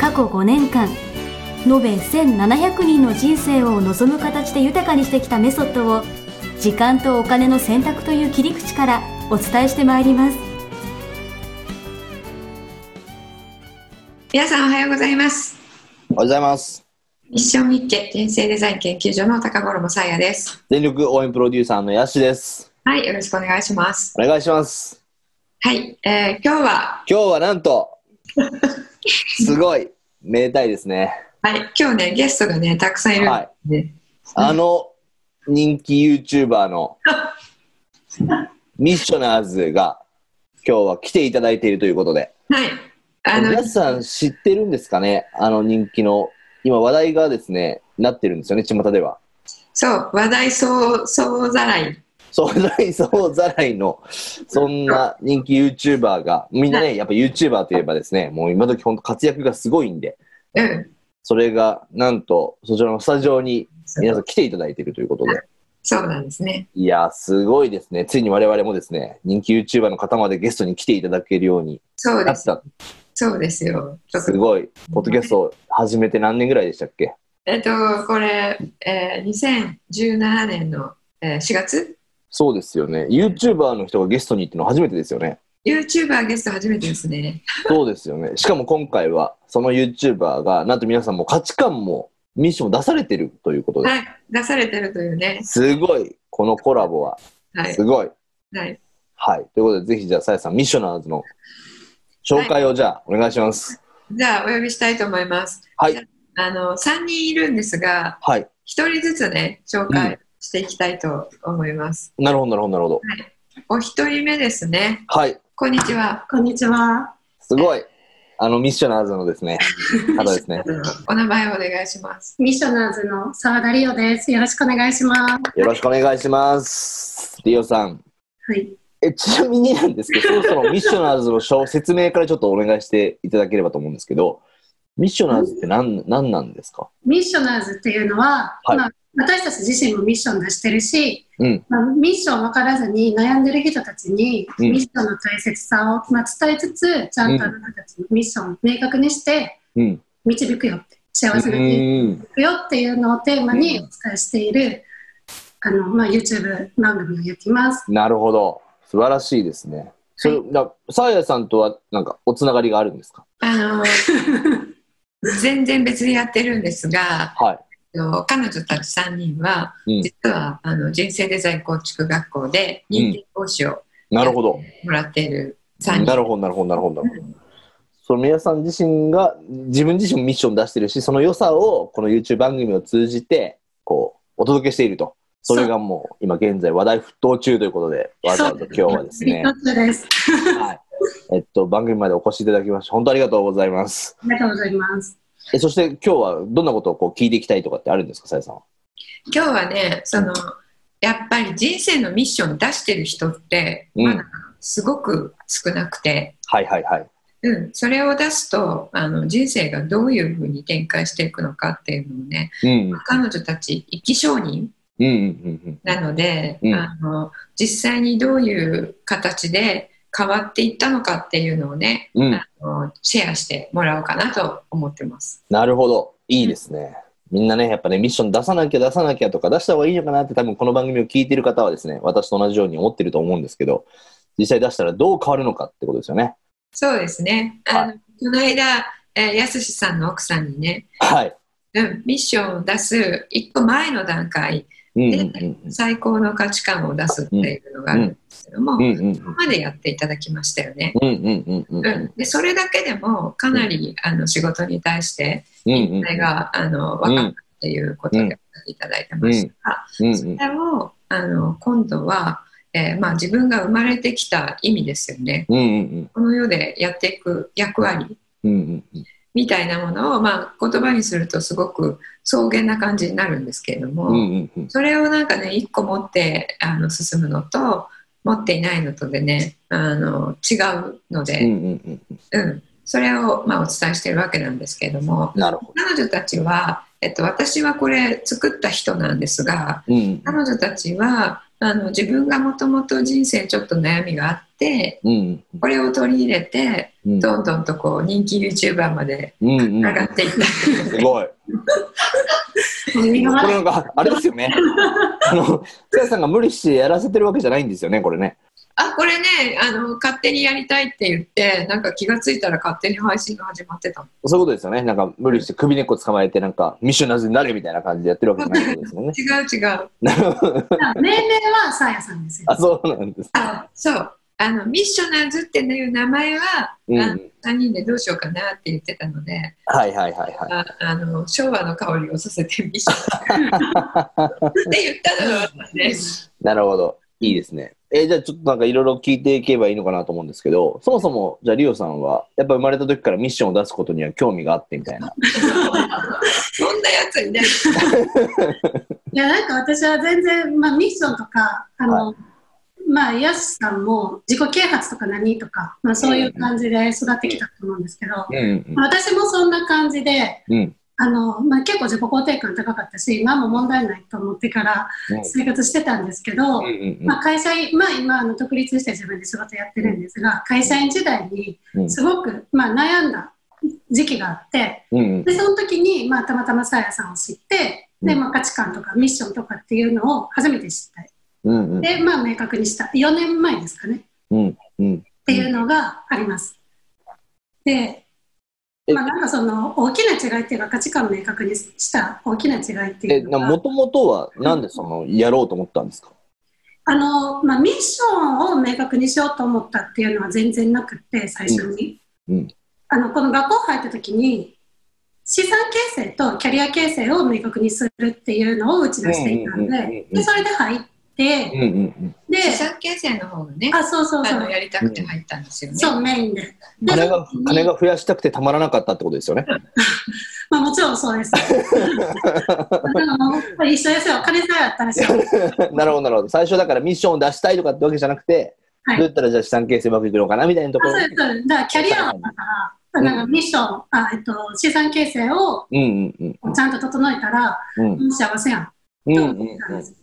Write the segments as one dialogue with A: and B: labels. A: 過去5年間延べ1700人の人生を望む形で豊かにしてきたメソッドを時間とお金の選択という切り口からお伝えしてまいります
B: 皆さんおはようございます
C: おはようございます。
B: ミッション日経人生デザイン研究所の高頃もさやです
C: 全力応援プロデューサーのヤシです。
B: はいよろしくお願いします
C: お願いします。
B: はい、えー、今日は
C: 今日はなんと、すごい、めでたいですね。
B: はい今日ねゲストがねたくさんいるんで、
C: あの人気 YouTuber のミッショナーズが今日は来ていただいているということで。
B: はいあの
C: 皆さん知ってるんですかねあの人気の、今話題がですね、なってるんですよね、巷では。
B: そう話題総総ざらい
C: そうざらい、そうざらいの、そんな人気 YouTuber が、みんなね、やっぱ YouTuber といえばですね、もう今時本当活躍がすごいんで、
B: うん
C: それが、なんと、そちらのスタジオに皆さん来ていただいているということで、
B: そうなんですね
C: いやー、すごいですね。ついに我々もですね、人気 YouTuber の方までゲストに来ていただけるように
B: そう
C: な
B: で
C: っ
B: す
C: た。
B: そうですよちょっ
C: す
B: と
C: ごい。ポッドキャストを始めて何年ぐらいでしたっけ
B: えっとこれ、えー、2017年の、えー、4月
C: そうですよね。YouTuber の人がゲストに行っての初めてですよね。
B: YouTuber ゲスト初めてですね
C: そうですよね。しかも今回は、その YouTuber が、なんと皆さんも価値観も、ミッションも出されてるということで、
B: はい出されてるというね
C: すごい、このコラボは、
B: はい
C: すごい。
B: はい
C: はい。ということで、ぜひじゃあ、さやさん、ミッショナーズの紹介をじゃあ、お願いします。
B: じゃあお呼びしたいと思います。
C: はい。
B: あの3人いるんですが、
C: はい。
B: 1人ずつね、紹介していきたいと思います。
C: なるほど、なるほど、なるほど。
B: お一人目ですね。
C: はい。
B: こんにちは。
D: こんにちは。
C: すごい。あの、ミッショナーズのですね、方ですね。
B: お名前をお願いします。
D: ミッショナーズの澤田理央です。よろしくお願いします。
C: よろしくお願いします。リオさん。
D: はい。
C: え、ちなみになんですけ ど、そろそろミッショナーズの紹説明からちょっとお願いしていただければと思うんですけど、ミッショナーズって何、何なんですか
D: ミッショナーズっていうのは、
C: はい
D: まあ、私たち自身もミッション出してるし、
C: うん
D: まあ、ミッション分からずに悩んでる人たちに、
C: うん
D: ミッションの大切さを、まあ、伝えつつ、ちゃんとあなたたちのミッションを明確にして、
C: うん。
D: 導くよって、幸
C: う
D: せな人
C: ーん。
D: 生をよっていうのをテーマにお伝えしている、あのまあ、YouTube 番組をやってます。
C: なるほど。素晴らしいですね。それ、だサーヤさんとは、なんか、おつながりがあるんですか
B: あ の全然別にやってるんですが、
C: は
B: あの彼女たち3人は、
C: い。うん。
B: 実はあの人生デザイン構築学校で認定講師を
C: なるほど。
B: もらっている3人。
C: なるほど、なるほど、なるほど、なるほど。その皆さん自身が、自分自身もミッション出してるし、その良さを、この YouTube 番組を通じて、こう、お届けしていると。それがもう、今現在話題沸騰中ということで、わざわざ今日はですね、
D: 一つです。
C: はい。えっと、番組までお越しいただきまして、本当ありがとうございます。
D: ありがとうございます。
C: え、そして今日はどんなことをこう聞いていきたいとかってあるんですか、さやさんは。
B: 今日はねそのやっぱり人生のミッション出してる人って
C: うん
B: まだすごく少なくて、
C: はいはいはい。
B: うんそれを出すとあの人生がどういうふうに展開していくのかっていうのをね
C: うん。
B: 彼女たち生き証人
C: うんうんうんうん。
B: なので、
C: うん
B: あの実際にどういう形で変わっていったのかっていうのをね
C: うん、
B: あのシェアしてもらおうかなと思ってます。
C: なるほど、いいですね。みんなね、やっぱね、ミッション出さなきゃ出さなきゃとか、出した方がいいのかなって、多分この番組を聞いてる方はですね、私と同じように思ってると思うんですけど、実際出したらどう変わるのかってことですよね。
B: そうですねあのこの間、えーやすしさんの奥さんにね
C: はい。
B: うん、ミッションを出す一個前の段階
C: うんうんうん
B: 最高の価値観を出すっていうのがあるんですけども、
C: うん。うんうん
B: ここまでやっていただきましたよね。
C: うん。うんうんうんうん。うん
B: うん、でそれだけでもかなり、あの仕事に対して
C: うんうん
B: それが、あの分かったっていうことでおっしゃっていただいてましたが、
C: うん
B: それをあの今度は、えーまあ、自分が生まれてきた意味ですよね
C: うんうんうん
B: この世でやっていく役割
C: うんうん
B: みたいなものを、まあ、言葉にするとすごく草原な感じになるんですけれども、
C: うんうんうん。
B: それをなんかね1個持ってあの進むのと持っていないのとでねあの違うの
C: うん
B: で、
C: うんうんうん。
B: うんそれを、まあ、お伝えしてるわけなんですけれども
C: なるほ
B: 彼女たちは、えっと、私はこれ作った人なんですが
C: ど。うん
B: 彼女たちはあの自分がもともと人生ちょっと悩みがあって
C: うん。うん
B: これを取り入れて
C: うん。
B: どんどんとこう人気 YouTuber まで
C: うんうんう
B: 上が
C: ん。
B: っていった
C: すごい。
D: もう
C: こ
D: 見
C: れ
D: 逃
C: なんか、あれですよね。あの、つやさんが無理してやらせてるわけじゃないんですよね、これね。
B: あこれねあの勝手にやりたいって言ってなんか気がついたら勝手に配信が始まってたの
C: そういうことですよね。なんか、無理して首根っこ捕まえて、なんか、ミッショナーズになれみたいな感じでやってるわけじゃないってことですもんね。
B: 違う違う
D: した命名はサーヤさんですよ
C: あ、。そうなんです。
B: あそうあのミッショナーズっていう名前は、
C: うん
B: あの3人でどうしようかなって言ってたので
C: はいはいはいはい。
B: ああの昭和の香りをさせてミッショナーズって言ったのが私です
C: なるほど。いいですね。えーじゃあちょっとなんかいろいろ聞いていけばいいのかなと思うんですけど、そもそも、じゃあリオさんは、やっぱ生まれた時からミッションを出すことには興味があってみたいな。
B: そんなやついない
D: いやなんか私は全然、まあ、ミッションとかあの、まあヤスさんも自己啓発とか何とか、まあ、そういう感じで育ってきたと思うんですけど、
C: うんうん
D: まあ私もそんな感じで
C: うん。うん
D: あの、まあ、結構自己肯定感高かったし今も問題ないと思ってから生活してたんですけど、
C: うんうん
D: まあ、会社員、まあ、今あの独立して自分で仕事やってるんですが会社員時代に
C: うん
D: すごく、まあ、悩んだ時期があって。
C: うんうん
D: でその時に、まあ、たまたまさやさんを知ってで、
C: うん
D: まあ、価値観とかミッションとかっていうのを初めて知って
C: うんうん
D: で、まあ、明確にした4年前ですかねっ
C: うんうん
D: ていうのがあります。で、まあ、なんかその大きな違いっていうか価値観を明確にした大きな違いってい
C: え、
D: うの
C: も
D: が
C: ともとはなんでそのやろうと思ったんですか
D: あの、まあ、ミッションを明確にしようと思ったっていうのは全然なくって最初に、
C: うんうん
D: あのこの学校入った時に資産形成とキャリア形成を明確にするっていうのを打ち出していたん
C: うんうんうんうんうん
D: ででそれで入って
C: うんうん
D: で
B: 資産形成の方がね
D: あそうそう
B: あ
D: そ
B: の
D: う
B: やりたくて入ったんですよね、
D: そうメインで、
C: うん。金が、金が増やしたくてたまらなかったってことですよね。
D: まあ、もちろんそ うですでももう一緒ですよ金さえあったらしい、
C: なるほどなるほど。最初だからミッションを出したいとかってわけじゃなくて、
D: はい
C: どうやったらじゃあ資産形成うまくいくのかなみたいなとこ
D: あ
C: ろ
D: そう
C: に
D: ですそうですだからキャリアだからなんかミッション、あえっと、資産形成を
C: うんうんうん
D: ちゃんと整えたら
C: うん
D: うん幸せやん
C: うん
D: と
C: うん
D: 思ってた
C: う
D: んで
C: ん
D: す。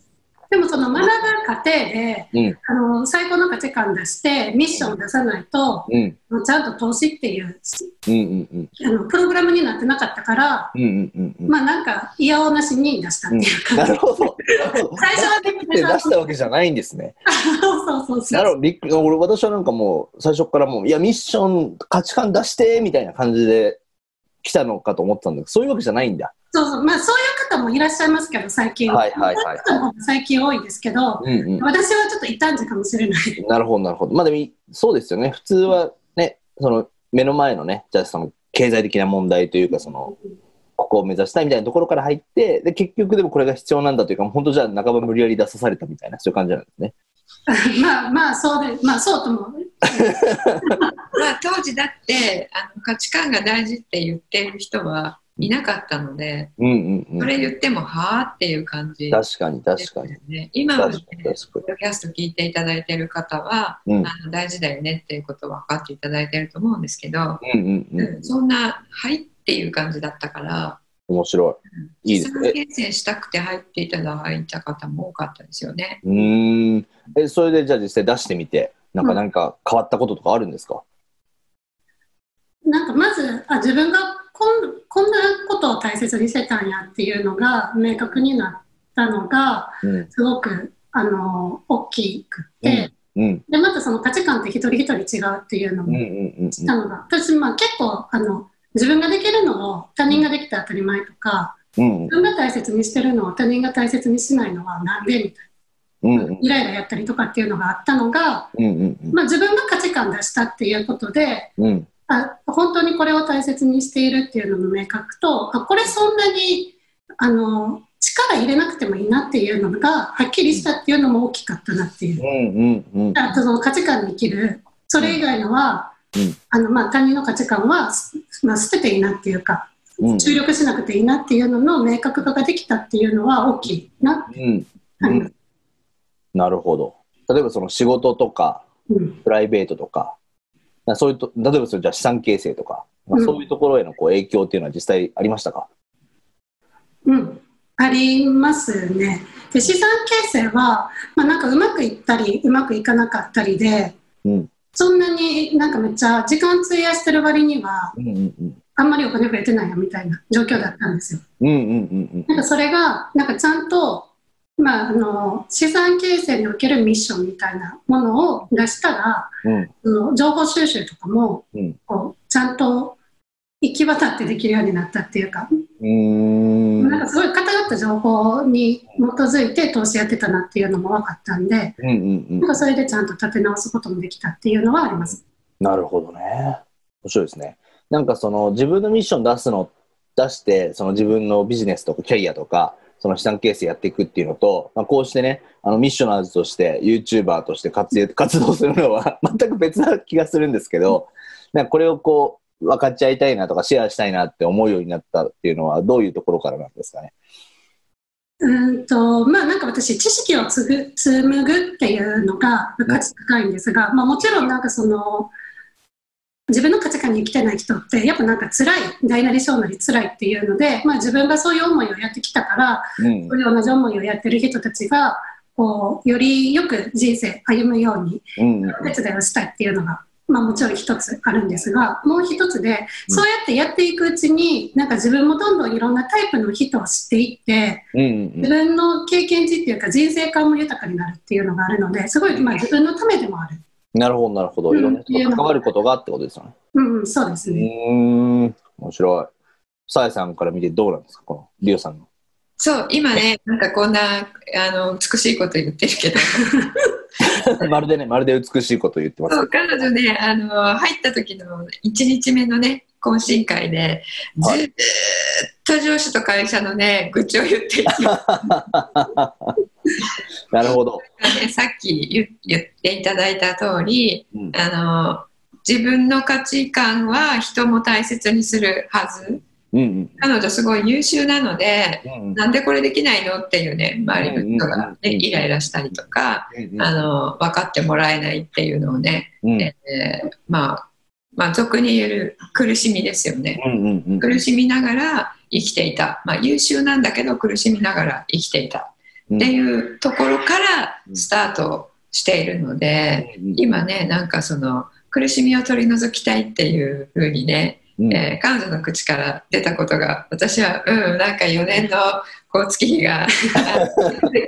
D: でもその学ぶ過程で、
C: うん
D: あの最高の価値観出してミッションを出さないと、
C: うん
D: ちゃんと投資っていう
C: うんうんうん
D: あのプログラムになってなかったから、
C: うんうんうんうん。
D: まあなんか嫌おなしに出したっていう感
C: な
D: じ、
C: るほど。
D: 最初はで
C: 出
D: きて
C: したわけじゃないんですね。
D: そうそうそ
C: な
D: う
C: るほど。びっくり俺私はなんかもう最初からもういやミッション価値観出してみたいな感じで来たのかと思ってたんだけどそういうわけじゃないんだ。
D: そうそうまあそういう方もいらっしゃいますけど最近、
C: はいはいはい
D: そういう方も最近多いですけど、
C: うんうん。
D: 私はちょっと異端児かもしれない
C: なるほどなるほど。まあでもいそうですよね。普通はねその目の前のねじゃあその経済的な問題というかそのここを目指したいみたいなところから入ってで結局でもこれが必要なんだというか本当じゃあ半ば無理やり出さされたみたいなそういう感じなんですね。
D: まあまあそうでまあそうとも
B: まあ、当時だってあの価値観が大事って言っている人はいなかったので、
C: うんうんう
B: そ
C: ん。
B: れ言ってもはあっていう感じ
C: 確かに
B: で
C: 確
B: す
C: か
B: よ
C: に。
B: ね。今は、
C: 確
B: ね
C: か、に確か
B: ポッドキャスト聞いていただいている方は、
C: に。うん
B: あの大事だよねっていうことを分かっていただいていると思うんですけど、
C: うんうんうん。
B: うんそんな「はい」っていう感じだったから
C: 面白い。いいですね。
B: 形成したくて入っていただいた方も多かったですよね。
C: えうーん。え、それでじゃあ実際出してみて、なんか
D: うん
C: なんか変わったこととかあるんですか、
D: なんかまずあ自分がこんこんなことを大切にしてたんやっていうのが明確になったのが
C: うん、
D: すごくあの大きくて、
C: うん。
D: でまたその価値観って一人一人違うっていうの
C: うんうん
D: も
C: うん
D: 知ったのが、私、まあ、結構あの自分ができるのを他人ができて当たり前とか
C: うん。うん
D: 自分が大切にしてるのを他人が大切にしないのはなんでみたい
C: うん
D: なイライラやったりとかっていうのがあったのが、
C: うんうん
D: まあ、自分が価値観出したっていうことで
C: うん
D: あ本当にこれを大切にしているっていうのの明確とあこれそんなにあの力入れなくてもいいなっていうのがはっきりしたっていうのも大きかったなっていう
C: うんうんうん
D: あとその価値観に生きるそれ以外のは、
C: うん
D: あのまあ、他人の価値観はまあ、捨てていいなっていうか、
C: うん
D: 注力しなくていいなっていうのの明確化ができたっていうのは大きいな。
C: うん
D: はい
C: うんなるほど例えばその仕事とか
D: うん、
C: プライベートとかなそういうと例えばそれじゃあ資産形成とか、まあ、
D: うん
C: そういうところへのこう影響っていうのは実際ありましたか、
D: うん、ありますね。で資産形成は、まあ、なんかうまくいったりうまくいかなかったりで
C: うん、
D: そんなになんかめっちゃ時間費やしてる割には
C: うんうんうん
D: あんまりお金増えてないよみたいな状況だったんですよ。
C: うんうん
D: なんかそれがなんかちゃんと、まあ、あの資産形成におけるミッションみたいなものを出したら
C: うんうん
D: その情報収集とかも
C: うん
D: こうちゃんと行き渡ってできるようになったっていうか、
C: うん
D: なんかすごい偏った情報に基づいて投資やってたなっていうのも分かったんで
C: うんうんうん
D: なんかそれでちゃんと立て直すこともできたっていうのはあります。
C: なるほどね。面白いですね。なんかその自分のミッション出すの、出して、その自分のビジネスとかキャリアとか、その資産形成やっていくっていうのと、まあ、こうしてね、あのミッショナーズとして、YouTuber として活躍 活動するのは全く別な気がするんですけど、なんかこれをこう、分かっちゃいたいなとか、シェアしたいなって思うようになったっていうのは、どういうところからなんですかね。
D: うーんとまあ、なんか私、知識をつぐ紡ぐっていうのが価値高いんですが、まあ、もちろんなんかその自分の価値観に生きてない人ってやっぱなんか辛い大なり小なり辛いっていうので、まあ、自分がそういう思いをやってきたから
C: うん
D: そ。れ同じ思いをやってる人たちがこうよりよく人生歩むように
C: うん。
D: お手伝いをしたいっていうのが、まあ、もちろん一つあるんですがもう一つで
C: うん
D: そうやってやっていくうちになんか自分もどんどんいろんなタイプの人を知っていって。
C: うん。う
D: 自
C: ん。
D: 分の経験値っていうか人生観も豊かになるっていうのがあるのですごい、まあ、自分のためでもある、
C: なるほど、なるほど。いろんな人と関わることがってことですよね。
D: うん、そうです
C: う
D: ね、
C: ーん、面白い。さえさんから見てどうなんですか、このリオさんの。
B: そう今ねなんかこんなあの美しいこと言ってる けど
C: まるでね、まるで美しいこと言ってます
B: そう。彼女ねあの入った時の1日目のね懇親会でず
C: はい
B: ーっと上司と会社のね愚痴を言っていてなんか
C: なるほど。
B: ねさっき言言っていただいた通り
C: うん
B: あの自分の価値観は人も大切にするはず
C: うん
B: 彼女すごい優秀なので
C: うんうん
B: なんでこれできないのっていうね周りの人
C: うんうん
B: が、
C: うん
B: ね、イライラしたりとか、
C: うん
B: あの分かってもらえないっていうのをね、
C: うん
B: えーまあ、まあ俗に言う苦しみですよね
C: うんうんうん
B: 苦しみながら生きていた、まあ、優秀なんだけど苦しみながら生きていた
C: うん
B: っていうところからスタートしているので。今ねなんかその苦しみを取り除きたいっていうふうにね、
C: うん
B: えー彼女の口から出たことが私はうんなんか4年のこう月日が あ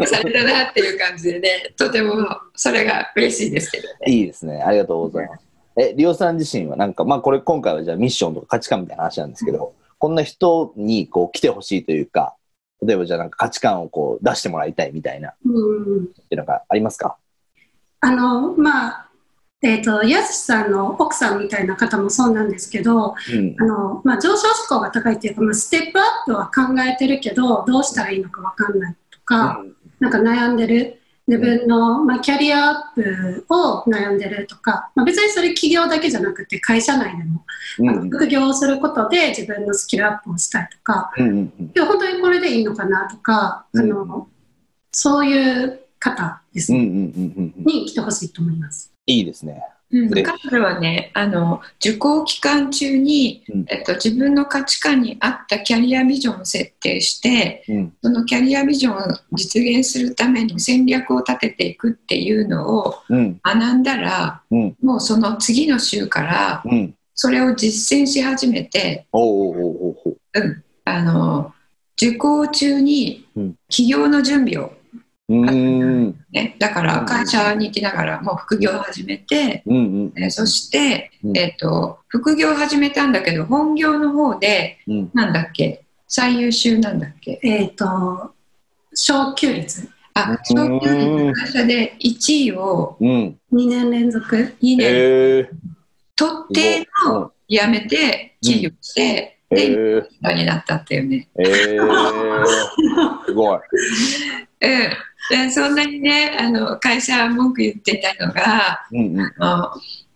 B: されたなっていう感じでねとてもそれが嬉しいですけどね。
C: いいですね。ありがとうございます。え、リオさん自身はなんか、まあこれ今回はじゃあミッションとか価値観みたいな話なんですけど、こんな人にこう来てほしいというか、例えばじゃあなんか価値観をこう出してもらいたいみたいな、っ
D: うん、
C: ていうのがありますか
D: あのまあえー、とやすしさんの奥さんみたいな方もそうなんですけど
C: うん
D: あの、まあ、上昇志向が高いっていうか、まあ、ステップアップは考えてるけどどうしたらいいのか分かんないとか、なんか悩んでる自分の、まあ、キャリアアップを悩んでるとか、まあ、別にそれ企業だけじゃなくて会社内でも
C: うん
D: あ
C: う
D: の
C: ん
D: 副業をすることで自分のスキルアップをしたいとか、
C: うんうん
D: いや本当にこれでいいのかなとか、あ
C: うん
D: のそういう方です
C: うんうんう
D: ね、
C: んうんうん。
D: に来てほしいと思います。
C: いいですね。
B: うん
C: ぜ
B: 彼女はねあの受講期間中に、
C: うん
B: えっと、自分の価値観に合ったキャリアビジョンを設定して、
C: うん
B: そのキャリアビジョンを実現するための戦略を立てていくっていうのを
C: うん
B: 学んだら、
C: うん
B: もうその次の週から
C: うん。
B: それを実践し始めて
C: おうおうおうおう
B: あの受講中に
C: うん
B: 起業の準備を、
C: おう。うーん。
B: ね、だか
C: う
B: ら
C: ん
B: 会社に行きながらもう副業を始めて、
C: うんうん。
B: えそして、
C: うん
B: えっと副業を始めたんだけど本業の方で
C: うん。
B: なんだっけ最優秀なんだっけ
D: えっ、と昇給率
B: あ昇級の会社で1位を
C: うん。
D: 2年連続
B: 2年
C: ええ。
B: 取っての
C: う
B: 辞めて起業して、
C: ん。
B: で
C: ええ。
B: 今になったっていうね、
C: ええ。すご
B: う
C: い。
B: ん、でそんなにねあの会社文句言ってたのが
C: うんうん。
B: あの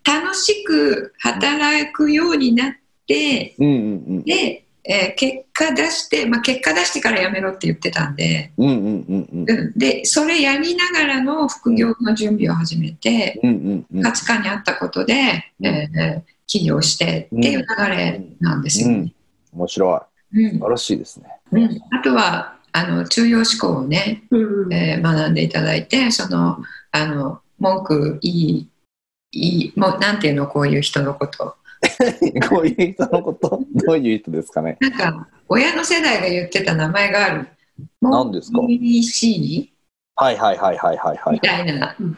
B: 楽しく働くようになっって
C: うんうん
B: で、えー結果出して、まあ、結果出してからやめろって言ってたんで、
C: うん。うんうんうんうん。
B: うん、でそれやりながらの副業の準備を始めて
C: うんうんうん。
B: 価値観に合ったことで、え
C: うん
B: ー起業してっていう流れなんですよ
C: う
B: ね。
C: ん。面白い。
B: うん
C: 素晴らしいですね。
B: うん、あとはあの中庸思考をね、
D: うん
B: えー学んでいただいてそのあの文句いいいいもうなんていうのこういう人のこと
C: こういう人のこと、どういう人ですかね。
B: なんか親の世代が言ってた名前がある
C: 何ですか
B: モンキーシ
C: はいはいはいはいはいは
B: ーみ
C: い。
B: たいな、うん
C: うん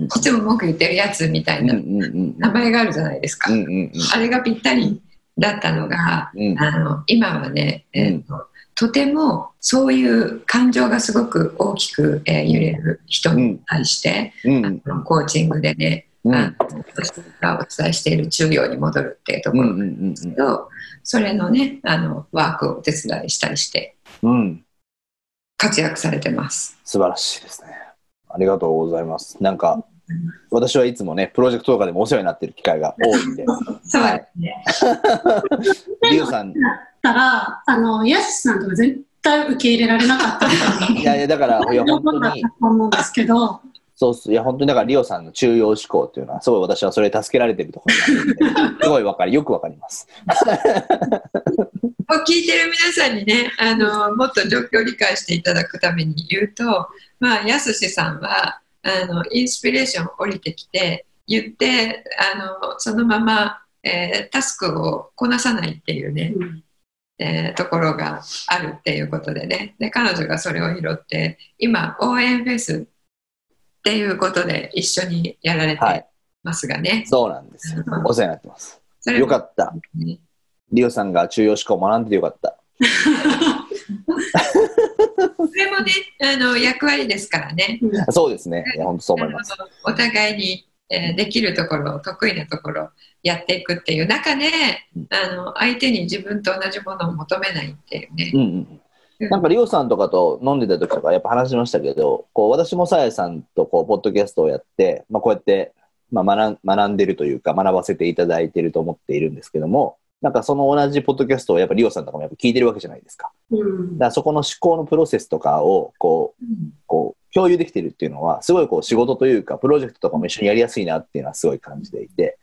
C: うん
B: こっちも文句言ってるやつみたい
C: うん。う
B: なん
C: うんうん。
B: 名前があるじゃないですか、
C: うんうん
B: あれがぴったりだったのが
C: うん。うん
B: あの今はね、えーととてもそういう感情がすごく大きく、えー揺れる人に対して、
C: うん
B: あのコーチングでね、
C: うん。
B: あの私がお伝えしている中央に戻るっていうとこ
C: うんう
B: ろ
C: んうん
B: けどそれのねあのワークをお手伝いしたりして
C: うん。うん。
B: 活躍されてます。
C: 素晴らしいですね。ありがとうございます。なんか、私はいつもね、プロジェクトとかでもお世話になってる機会が多いん で、
B: そう
C: う
B: で
C: です
B: ね。
C: リオさん、い
D: だったら、あの、ヤシさんとか絶対受け入れられなかった
C: やいや、だから、いや、本当
D: だった
C: に、
D: と思うんですけど、
C: そうっす。いや、本当にだから、リオさんの中央思考っていうのは、すごい私はそれ助けられてるところがあるんで、す ごいわかり、よくわかります。
B: もう聞いてる皆さんにねあのもっと状況を理解していただくために言うと、まあ、やすしさんはあのインスピレーション降りてきて言ってあのそのまま、えータスクをこなさないっていうね、
D: うん
B: えーところがあるっていうことでねで彼女がそれを拾って今応援フェスっていうことで一緒にやられ
C: はい
B: て。ますがね、
C: そうなんですよ。お世話になってます。
B: それ
C: よ
B: も
C: かった。
B: ね
C: リオさんが中央思考を学んでてよかった。
B: それもねあの役割ですからね
C: そうですね。いや、本当そう思います。
B: あのお互いに、えーできるところ得意なところやっていくっていう中で
C: うん
B: あの相手に自分と同じものを求めないっていうね
C: う、んうんうん。なんか、リオさんとかと飲んでた時とか、やっぱ話しましたけど、こう、私もさやさんと、こう、ポッドキャストをやって、まあ、こうやって、まあ、学ん学んでるというか、学ばせていただいてると思っているんですけども、なんかその同じポッドキャストをやっぱリオさんとかもやっぱ聞いてるわけじゃないですか。
D: うん
C: だからそこの思考のプロセスとかをこうこう共有できてるっていうのはすごいこう仕事というかプロジェクトとかも一緒にやりやすいなっていうのはすごい感じていて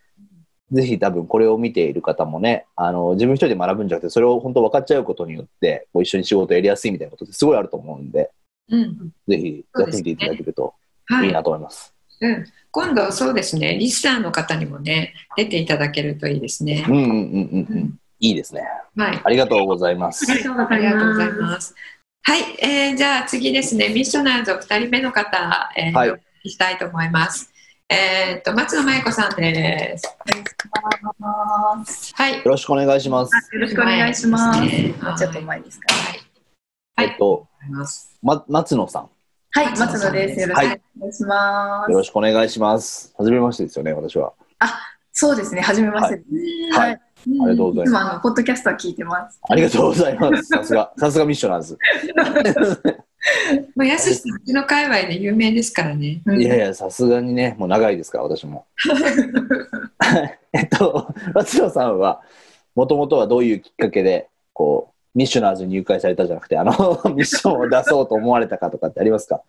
C: ぜひ多分これを見ている方もねあの自分一人で学ぶんじゃなくてそれを本当分かっちゃうことによってこう一緒に仕事やりやすいみたいなことってすごいあると思うんで
B: うん
C: ぜひやってみていただけると
B: はいい
C: いなと思います。
B: うん、今度そうですねリスナーの方にもね出ていただけるといいですね
C: う、んうんうんうんうんいいですね。
B: はい
C: ありがとうございま
D: あ
C: す。
D: りがとうご
B: あ
D: ざ
B: り
D: い
B: がとうござい
D: ま
B: ますはい、えーじゃあ次ですねミッショナーズ2人目の方、えー
C: はい
B: お聞きしたいと思いますえーっと松野真由子さんですはい
C: よろしくお願いします。
E: よろしくお願いします。
B: は
E: もう
B: い
E: ちょっと前ですか。
B: は
C: え
B: い
C: っと、ま、松野さん、
E: はい、
B: はい
E: 松野です。よろしくお願いします。
C: よろしくお願いします。はじめましてですよね、私は。
E: そうですね、初めましてです。
C: はい。ありがとうござ
E: い
C: い
E: つ
C: ます。
E: もあのポッドキャストは聞いてます。
C: ありがとうございます。さすが、さすがミッショナーズ。
B: もうやすしさん、うちの界隈で有名ですからね。
E: うん
C: いやいや、さすがにね、もう長いですから、私も。えっと、松野さんは、もともとはどういうきっかけで、こう、ミッショナーズに入会されたじゃなくて、あの、 ミッションを出そうと思われたかとかってありますか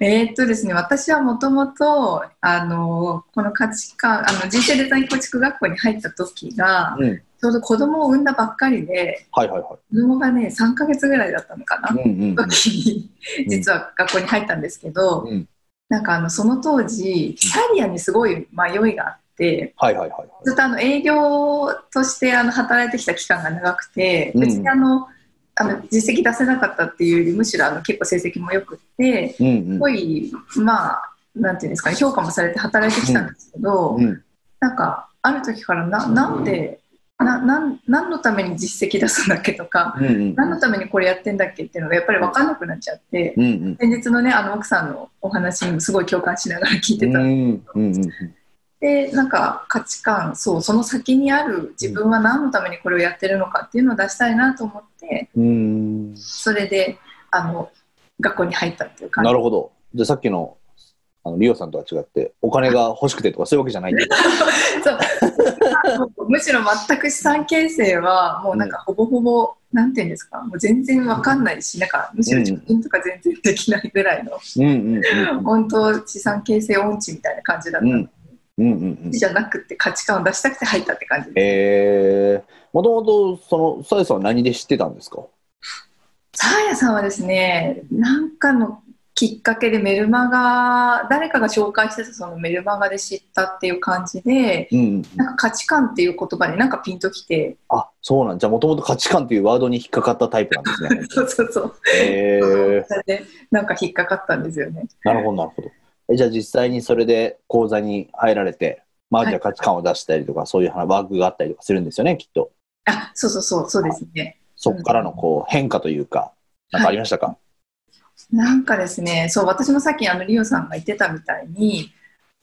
E: えーっとですね、私はもともと、あの、この価値観、あの、人生デザイン構築学校に入った時が、
C: うん。
E: ちょうど子供を産んだばっかりで、
C: はいはいは
E: 子供がね、3ヶ月ぐらいだったのかな。
C: い。うんうんうん。
E: 時に
C: ん
E: 実は学校に入ったんですけど、
C: うん
E: なんかあのその当時キャリアにすごい迷いがあって
C: はいはいはい。
E: ずっとあの営業としてあの働いてきた期間が長くて
C: うん
E: 別にあの、あの実績出せなかったっていうよりむしろあの結構成績も良くって
C: うん
E: すごいまあなんていうんですかね評価もされて働いてきたんですけど、
C: うん。うん。
E: なんかある時からななんでななん何のために実績出すんだっけとか
C: うんうん。
E: 何のためにこれやってんだっけっていうのがやっぱり分かんなくなっちゃって。
C: うんうん。
E: 先日のねあの奥さんのお話にもすごい共感しながら聞いて
C: うん
E: た、
C: うんうん
E: でなんか価値観そうその先にある自分は何のためにこれをやってるのかっていうのを出したいなと思って
C: うん。うん。
E: それであの学校に入ったっていう感じ
C: なるほど。じゃあさっきの、あの、リオさんとは違って、お金が欲しくてとかそういうわけじゃないんだ
E: そうもう むしろ全く資産形成はもうなんかほぼほぼ、なんていうんですかもう全然わかんないしなんかむしろ貯金とか全然できないぐらいの、
C: うんうんうん
E: 本当資産形成音痴みたいな感じだった、
C: うんうんうんうん
E: じゃなくて価値観を出したくて入ったって感じです
C: えー、もともとそのさやさんは何で知ってたんですか
E: サーヤさんはですねなんかのきっかけでメルマガ誰かが紹介してたそのメルマガで知ったっていう感じで
C: うんうんうん
E: なんか価値観っていう言葉になんかピンときて
C: あそうなんじゃもともと価値観というワードに引っかかったタイプなんですね
E: そうそうそう
C: えー、
E: それでなんか引っかかったんですよね
C: なるほどなるほどえじゃあ実際にそれで講座に入られてまあじゃあ価値観を出したりとか、そういう話ワークがあったりとかするんですよねきっと
E: あそうそうそうそうですね
C: そこからのこう変化というかなんかありましたか、
E: なんかですねそう私もさっきあのリオさんが言ってたみたいに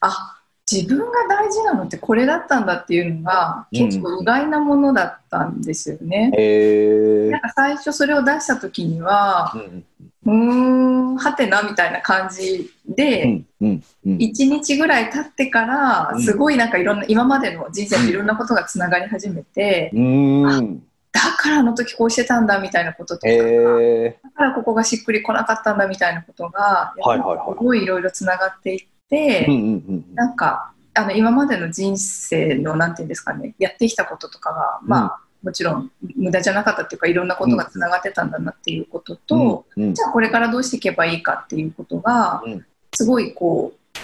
E: あ自分が大事なのってこれだったんだっていうのが
C: うん
E: 結構意外なものだったんですよね。
C: え
E: なんか最初それを出した時には
C: ー、うん
E: うーんはてなみたいな感じ
C: う
E: で、
C: んうんうん
E: 一1日ぐらい経ってから
C: うん
E: すごいなんかいろんな今までの人生といろんなことがつながり始めて、
C: うん
E: だからあの時こうしてたんだみたいなこととか、
C: え
E: だからここがしっくりこなかったんだみたいなことが、
C: はいはいはい
E: すごいいろいろつながっていって、
C: ー、うんうんうん
E: なんかあの今までの人生のなんていうんですかねやってきたこととかが、まあもちろん無駄じゃなかったっていうかいろんなことがつながってたんだなっていうことと、
C: うんうん
E: じゃあこれからどうしていけばいいかっていうことが、
C: うん
E: すごいこう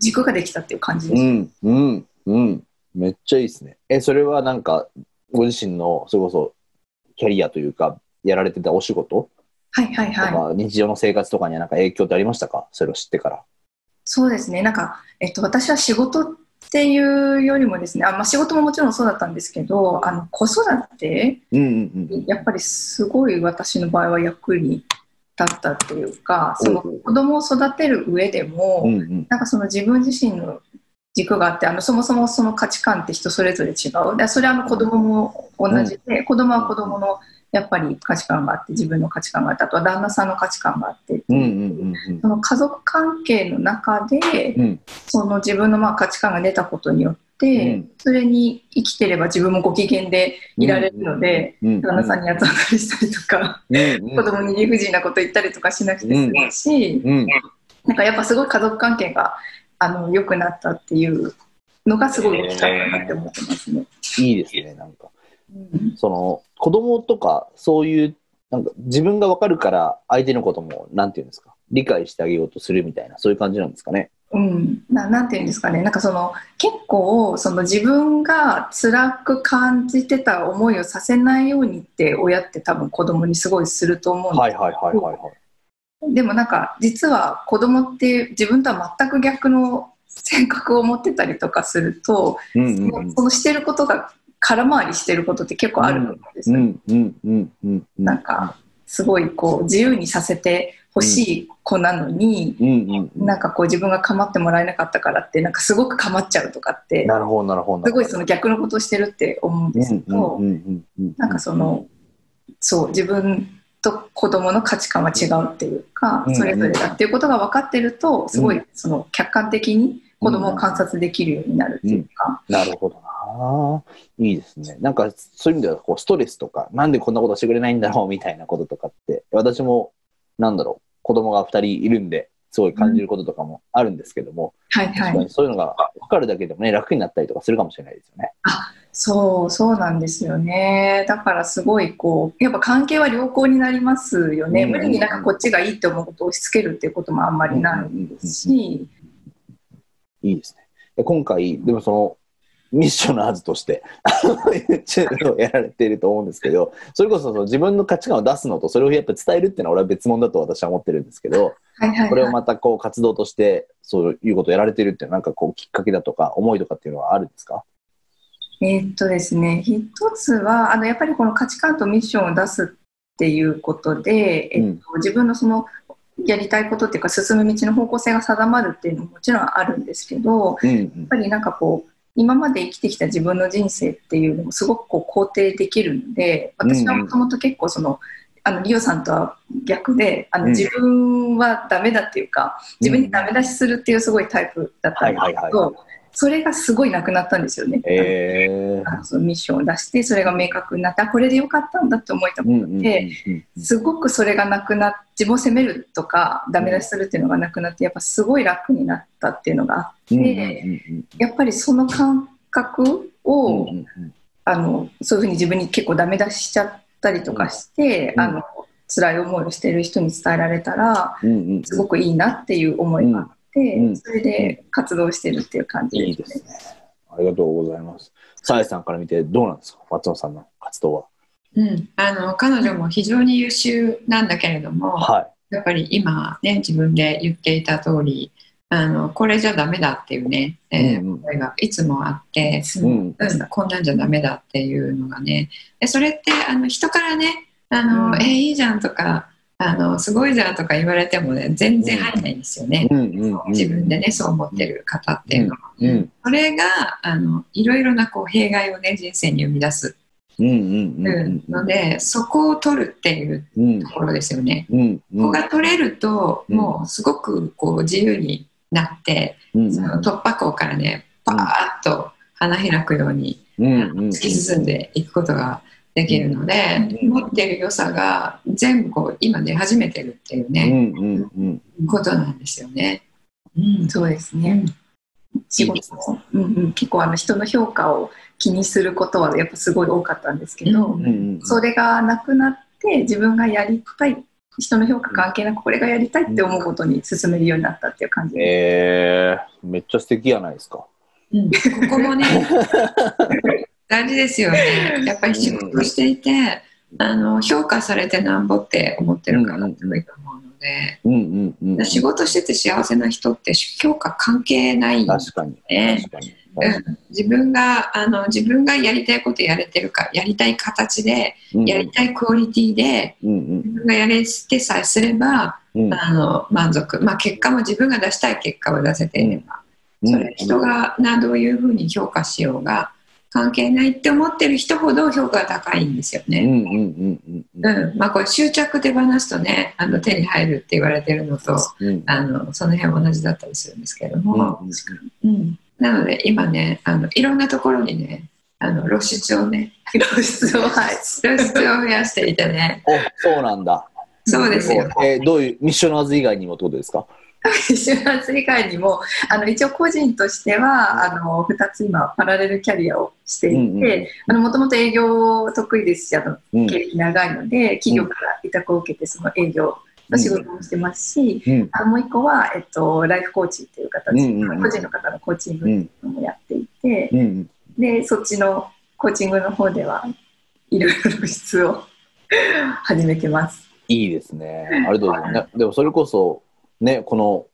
E: 軸ができたっていう感じです。
C: うんうんうんめっちゃいいですねえそれはなんかご自身のそれこそキャリアというかやられてたお仕事
E: はいはい
C: と
E: はい、
C: か、日常の生活とかにはなんか影響ってありましたかそれを知ってから
E: そうですね、なんか、えっと、私は仕事っていうよりもですね、あまあ、仕事ももちろんそうだったんですけど、あの子育て、
C: うんうんうん
E: やっぱりすごい私の場合は役に立ったっていうか、その
C: うんうん
E: 子供を育てる上でも、
C: うんうん
E: なんかその自分自身の軸があってあのそもそもその価値観って人それぞれ違うでそれはあの子供も同じで、子供は子供のやっぱり価値観があって自分の価値観があってあとは旦那さんの価値観があってって
C: う
E: い
C: ん
E: う
C: うんうん
E: その家族関係の中で、
C: うん
E: その自分のまあ価値観が出たことによって、
C: うん
E: それに生きてれば自分もご機嫌でいられるので、
C: うんうん
E: 旦那さんに八つ当たりしたりとか、
C: うんうん
E: 子供に理不尽なこと言ったりとかしなくて済むし、
C: うん
E: なんかやっぱすごい家族関係があの良くなったっていうのがすごい大きかったなって思ってますね。
C: いいですねなんか
E: うん
C: その子供とかそういうなんか自分がわかるから相手のこともなんていうんですか理解してあげようとするみたいなそういう感じなんですかね。
E: うん、ななんていうんですかねなんかその結構その自分が辛く感じてた思いをさせないようにって親って多分子供にすごいすると思うんです
C: はいはいはいはいはい。
E: でもなんか実は子供って自分とは全く逆の性格を持ってたりとかすると、
C: うん
E: そ
C: うん
E: のそのしてることが空回りしてることって結構あると思うんです
C: う
E: よ、
C: んうんうんうんうん。
E: なんかすごいこう自由にさせてほしい子なのに、
C: うんうんうん。
E: なんかこう自分が構ってもらえなかったからってなんかすごく構っちゃうとかって
C: なるほどなるほど。
E: すごいその逆のことをしてるって思うん
C: う
E: ですけ
C: んう
E: ど、
C: んうんうん。
E: なんかそのそう自分と子供の価値観は違うっていうか、
C: うん
E: それぞれだっていうことが分かってるとすごいその客観的に子供を観察できるようになるっていうか、
C: なるほどな。いいですね。なんかそういう意味ではこうストレスとかなんでこんなことしてくれないんだろうみたいなこととかって私もなんだろう子供が2人いるんですごい感じることとかもあるんですけども、
E: はい
C: 確か
E: はい
C: にそういうのが分かるだけでもね楽になったりとかするかもしれないですよね。
E: そうそうなんですよねだからすごいこうやっぱ関係は良好になりますよね、
C: うん
E: 無理になんかこっちがいいって思うことを押し付けるっていうこともあんまりな
C: うんうんうんう
E: い
C: ん
E: し、
C: いいですね。で今回、でもその、ミッショナーズとして、YouTube をやられていると思うんですけど、それこそその自分の価値観を出すのと、それをやっぱ伝えるっていうのは俺は別物だと私は思ってるんですけど、
E: はいはい
C: これを
E: はい
C: またこう活動として、そういうことをやられてるっていうのは、なんかこうきっかけだとか、思いとかっていうのはあるんですか
E: えーっとですね、一つはあのやっぱりこの価値観とミッションを出すっていうことで、えっと自分のそのやりたいことっていうか進む道の方向性が定まるっていうのももちろんあるんですけどやっ
C: うんうん。
E: ぱりなんかこう今まで生きてきた自分の人生っていうのもすごくこう肯定できるので私はもともと結構その。あのリオさんとは逆であの、
C: うん
E: 自分はダメだっていうか自分にダメ出しするっていうすごいタイプだったんです
C: は
E: けど、
C: いはいはい
E: それがすごいなくなったんですよね。
C: えー
E: あのそのミッションを出してそれが明確になってあこれでよかったんだって思えた
C: う
E: こ
C: ん
E: と
C: うんうん
E: で、
C: うん
E: すごくそれがなくなって自分を責めるとかダメ出しするっていうのがなくなってやっぱすごい楽になったっていうのがあっ
C: う
E: て、
C: んうんうん
E: やっぱりその感覚を、
C: うんうん
E: あのそういうふうに自分に結構ダメ出ししちゃったりとかして、
C: うん
E: あの辛い思いをしてる人に伝えられたら
C: うんうんうん
E: すごくいいなっていう思いがあって、
C: うんうん
E: それで活動してるっていう感じ
C: いいですね。ありがとうございます。さえさんから見てどうなんですか松野さんの活動は。
B: うん、あの彼女も非常に優秀なんだけれども、
C: は
B: やっぱり今、ね、自分で言っていた通りあのこれじゃダメだっていうね、えー
C: うんうん
B: 声がいつもあって、
C: い。うん。
B: うんこんなんじゃダメだっていうのがねでそれってあの人からねあの、
E: うん
B: えーいいじゃん」とかあの「すごいじゃん」とか言われてもね全然入んないんですよね、
C: うんうんうん。
B: 自分でねそう思ってる方っていうのは、
C: うん
B: それがあのいろいろなこう弊害をね人生に生み出す、
C: うんうんうん
B: うんのでそこを取るっていう
C: うん
B: ところですよね。
C: うんうん
B: ここが取れると、
C: うん
B: もうすごくこう自由になって、
C: うん
B: その突破口からねパーッと花開くように
C: うんうん
B: 突き進んでいくことができるので、
C: うん
B: 持ってる良さが全部こう今出始めてるっていう
C: う
B: ね、
C: んうんうん
B: ことなんですよね。うん
E: そうですね。仕
C: いいで
E: 事
C: す
E: も、うんうん、結構あの人の評価を気にすることはやっぱすごい多かったんですけど、
B: うん
C: うんうん
E: それがなくなって自分がやりたい人の評価関係なくこれがやりたいって思うことに進めるようになったっていう感じで、
C: えー、めっちゃ素敵やないですか。
B: うんここもね 大事ですよねやっぱり仕事していてあの評価されてなんぼって思ってるからすごいと思うので
C: うんうんうん。
B: 仕事してて幸せな人って評価関係ないんで
C: 確かに。
B: ね
C: 確かに。
B: 自分があの自分がやりたいことやれてるかやりたい形で
C: うん
B: やりたいクオリティで
C: うん
B: 自分がやれてさえすれば
C: うんうん。
B: あの満足、まあ、結果も自分が出したい結果を出せていればそれ人がなどういうふうに評価しようが関係ないって思ってる人ほど評価が高いんですよ
C: うんう
B: ね。
C: んうんうんうん。
B: うんまあ、これ執着手放すとねあの手に入るって言われてるのと
C: うん
B: あのその辺は同じだったりするんですけれども、うんなので今ねあのいろんなところにねあの露出をね露
E: 出をはい
B: 露出を増やしていて ね
C: おそうなんだ。
B: そうですよ。
C: えーどういうミッションのはず以外にもってことですか。
E: 週末以外にもあの一応個人としてはあの2つ今パラレルキャリアをしてい
C: うんうん
E: てもともと営業得意ですしあの
C: うん
E: 経歴長いので企業から委託を受けてその営業の仕事もしてますし
C: うん
E: あもう一個は、えっと、ライフコーチっていう形で
C: うんうんうん
E: 個人の方のコーチン
C: う
E: グってい
C: ん
E: うのもやっていて
C: うんうん。
E: でそっちのコーチングの方ではいろいろ露出を 始めてます。
C: いいですね。ありがとうございます。でもそれこそ、ね、この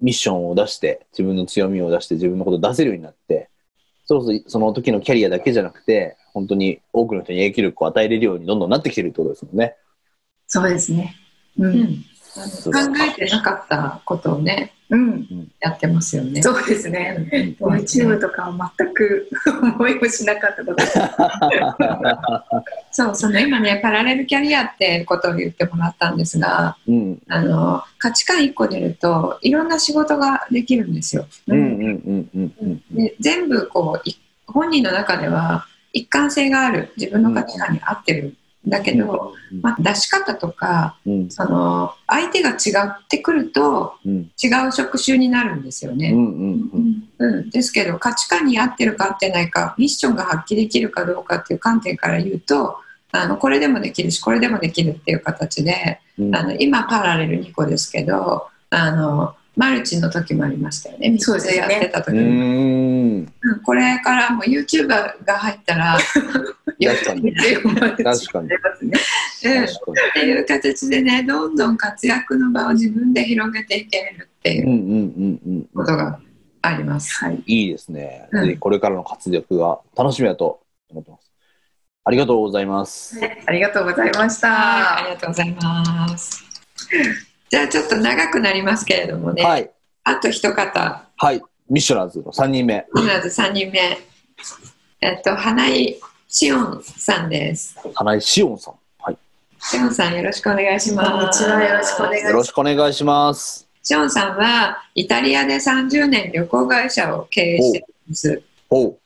C: ミッションを出して、自分の強みを出して、自分のことを出せるようになって、そろそろその時のキャリアだけじゃなくて、本当に多くの人に影響力を与えれるようにどんどんなってきてるってことですもんね。
E: そうですね。う、
B: うんん、考えてなかったことをね
E: うん、
B: やってますよね。
E: そうですね。
B: うん
E: YouTube とかは 全く思いもしなかったこと。
B: そうその今ねパラレルキャリアってことを言ってもらったんですが
C: うん。
B: あの価値観1個出るといろんな仕事ができるんですよ。
C: うんうんうんうんうん
B: で全部こうい本人の中では一貫性がある自分の価値観に合ってるんだけど、
C: うん
B: まあ、出し方とか
C: うん
B: その相手が違ってくると
C: うん
B: 違う職種になるんですよ
C: うんう
B: ね。
C: んうん
B: うん、ですけど価値観に合ってるか合ってないかミッションが発揮できるかどうかっていう観点から言うとあのこれでもできるしこれでもできるっていう形で
C: うん
B: あの今パラレル2個ですけどあのマルチの時もありましたよね3
E: そうで
B: つ
E: すね
B: やってた時
C: う
B: も、
C: ーん
B: うんこれからも YouTuber が入ったらや
C: 確かに
E: 見て思い
C: 確かに
E: 出ますね。
B: うんっ
C: 確か
B: ていう形でねどんどん活躍の場を自分で広げていけるってい
C: に
B: ううん
C: うんうんう
B: こ
C: ん
B: とがあります。
E: はい。
C: いいですね、
B: うん
C: ぜひこれからの活躍が楽しみだと思ってますありがとうございます
E: ありがとうございました。
B: はい、ありがとうございます。じゃあちょっと長くなりますけれどもね、
C: はい。
B: あと一方、
C: はい。ミッショナーズの3人目。
B: まず3人目、えっと、花井しおんさんです。
C: 花井しおんさん。は
B: しおんさん、よろしくお願いします。
E: こんにちはよろしくお願いし
C: い。よろしくお願いします。
B: ショーンさんはイタリアで30年旅行会社を経営してるんです。
C: おう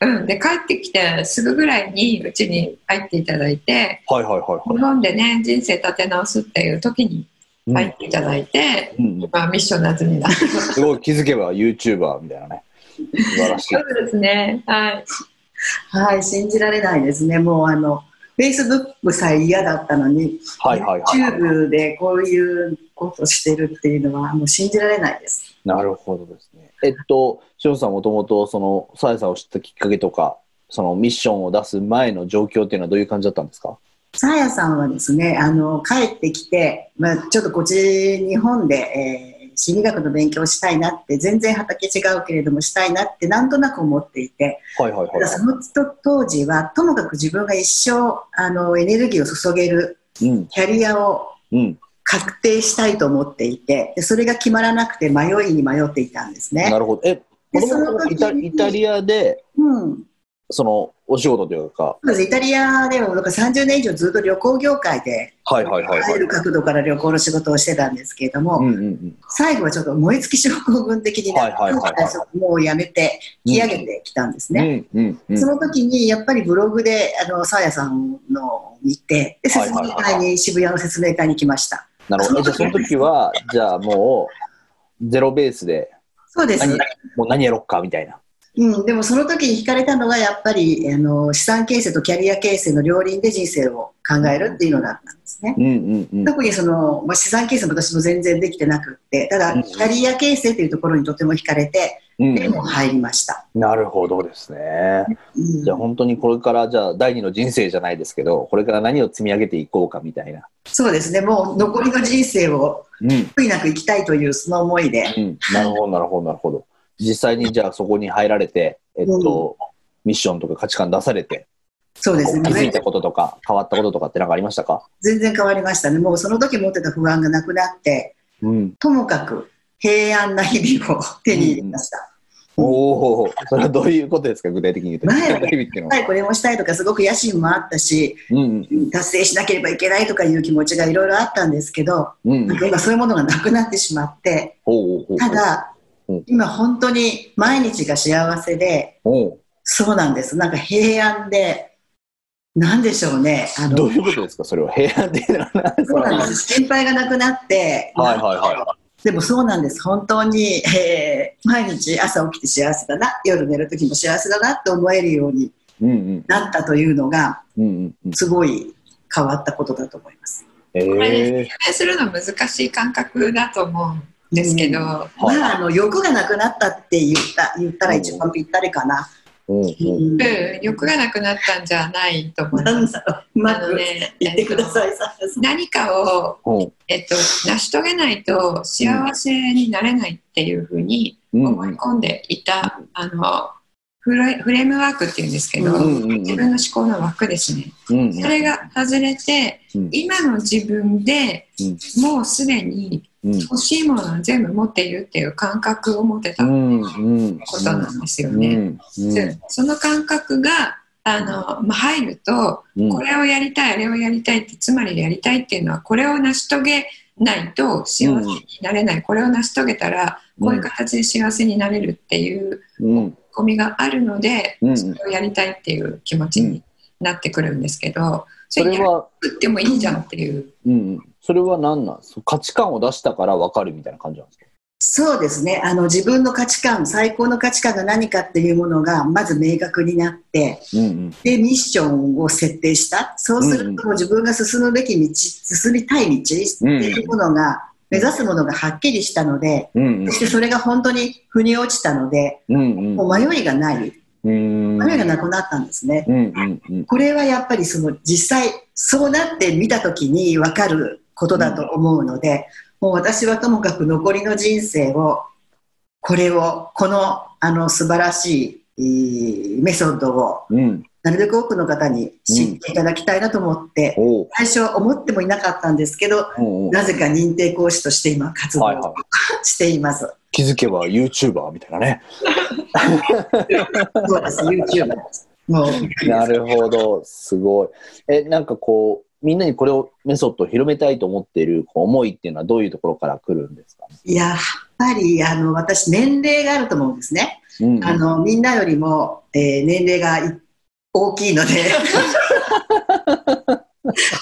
B: うん、で帰ってきてすぐぐらいにうちに入っていただいて
C: はいはいはい
B: 日本でね人生立て直すっていう時に
C: は
B: 入
C: い
B: っていただいて、
C: うんうん
B: まあ、ミッション夏になそ
C: すごい気づけば YouTuber みたいなね素晴らしいう
B: ですねはい
F: はい、信じられないですね。もうあの、Facebook さえ嫌だったのに、
C: はいはいはいはい
F: YouTube でこういうことしてるっていうのは、もう信じられないです。
C: なるほどですね。えっと、しおんさんもともと、その、さえさんを知ったきっかけとか、そのミッションを出す前の状況っていうのはどういう感じだったんですか
F: さやさんはですね、あの、帰ってきて、まあ、ちょっとこっち、日本で、えー心理学の勉強をしたいなって、全然畑違うけれどもしたいなって、なんとなく思っていて、
C: はいはい
F: た
C: は
F: だその当時はともかく自分が一生あのエネルギーを注げる
C: い。うん、
F: キャリアを
C: うん。
F: 確定したいと思っていてでそれが決まらなくて迷いに迷っていたんですね
C: な。るほど。え、も
F: で
C: とも
F: そ
C: と
F: の
C: イタ
F: 時に
C: イタリアで、
F: うん
C: その、お仕事というか、
F: そうですイタリアでもなんか30年以上ずっと旅行業界で
C: はいはいはい
F: あら
C: は
F: ゆ
C: い。
F: る角度から旅行の仕事をしてたんですけれども、
C: うんうんうん。
F: 最後はちょっと燃え尽き症候群的になって、
C: はいはいはいはい
F: ちょっともうやめて引き上げてきたんですね。
C: うんうんうん
F: その時にやっぱりブログであのさやさんのを見てで説明会に、
C: はいはいはい
F: 渋谷の説明会に来ました
C: なるほど。えじゃあその時は、じゃあもう、ゼロベースで、
F: そうです、
C: 何、もう何やろっかみたいな。
F: うん、でもその時に惹かれたのがやっぱりあの資産形成とキャリア形成の両輪で人生を考えるっていうのだったんですね、
C: うんうんうん。
F: 特にその、まあ、資産形成も私も全然できてなくってた
C: うん
F: だキャリア形成というところにとても惹かれて
C: うん
F: でも入りました、
C: なるほどですね。
F: うん
C: じゃあ本当にこれからじゃあ第二の人生じゃないですけどこれから何を積み上げていこうかみたいな。
F: そうですねもう残りの人生を
C: うん、うん、
F: 悔いなく生きたいというその思いで、
C: なるほどなるほどなるほど。実際にじゃあそこに入られて、えっとミッションとか価値観出されて
F: そうで
C: こ
F: す
C: う気づい
F: ね
C: たこととか変わったこととかって何かありましたか、
F: 全然変わりましたねもうその時持ってた不安がなくなって
C: うん、
F: ともかく平安な日々を手に入れました、
C: おおそれはどういうことですか具体的に言うと。具
F: 前
C: 体的にっていうのは
F: はい、これもしたいとかすごく野心もあったし
C: うん
F: 達成しなければいけないとかいう気持ちがいろいろあったんですけど
C: うんう
F: なん
C: ん
F: か今そういうものがなくなってしまって
C: おうおうおう
F: ただ
C: うん
F: 今本当に毎日が幸せで
C: おう
F: そうなんですなんか平安でなんでしょうねあ
C: ど
F: の
C: ういうことですかそれは平安っていうのは何です
F: そうなん
C: か
F: です心配がなくなって
C: はいはいは
F: でもそうなんです本当に、えー毎日朝起きて幸せだな夜寝る時も幸せだなって思えるように
C: い。うんうん
F: なったというのが
C: うんうんうん。
F: すごい変わったことだと思います。
C: え
B: れ
C: え
B: 説明するの難しい感覚だと思うんですけど、
F: う
C: はい
F: まあ、あの欲がなくなったって言った言ったら一番ぴったりかな。
C: うんうん。
F: うん
B: うん欲がなくなったんじゃないと思い
F: な
B: ま
F: ん
B: す。
F: だろううま
B: あの
F: く
B: ね
F: 言ってください、さやさん
B: 何かを、
C: うん
B: えっと、成し遂げないと幸せになれないっていうふうに
C: うん
B: 思
C: う
B: い
C: ん
B: 込んでいた、あのフレフレームワークっていうんですけど、
C: うんうんうん
B: 自分の思考の枠ですね
C: うん
B: それが外れて
C: うん
B: 今の自分で
C: うん
B: もうすでに
C: うん
B: 欲しいものを全部持っているっていう感覚を持てたこ
C: うんうん
B: となんですよね。でその感覚があの、まあ、入ると
C: うん
B: これをやりたいあれをやりたいってつまりやりたいっていうのはこれを成し遂げないと幸せになれない、これを成し遂げたらこういう形で幸せになれるっていう
C: うん
B: 込みがあるので、
C: うん
B: それをやりたいっていう気持ちになってくるんですけど、そ
C: そ
B: れ
C: れ
B: やる
C: は、
B: ってもいいじゃんっていう、
C: うんうん、それは何なんですか価値観を出したから分かるみたいな感じなんですか
F: そうですねあの自分の価値観最高の価値観が何かっていうものがまず明確になって
C: うんうん
F: でミッションを設定したそうするともう自分が進むべき道進みたい道っていうものが目指すものがはっきりしたので
C: うん
F: そしてそれが本当に腑に落ちたので
C: うん
F: もう迷いがない
C: うん
F: 迷いがなくなったんですね。
C: うんうんうん
F: これはやっぱりその実際そうなって見た時に分かることだと思うので、もう私はともかく残りの人生をこれをこのあの素晴らしいいいメソッドを
C: うん
F: なるべく多くの方に知っていただきたいなと思って、
C: おう
F: 最初は思ってもいなかったんですけど
C: おう
F: なぜか認定講師として今活動
C: はいは
F: をしています。
C: 気づけば YouTuber みたいなね
F: そうです YouTube もう
C: なるほどすごいえなんかこうみんなにこれをメソッドを広めたいと思っているこう思いっていうのはどういうところから来るんですか、
F: やっぱりあの私年齢があると思うんですね、
C: うんうん
F: あのみんなよりも、えー年齢がい大きい ので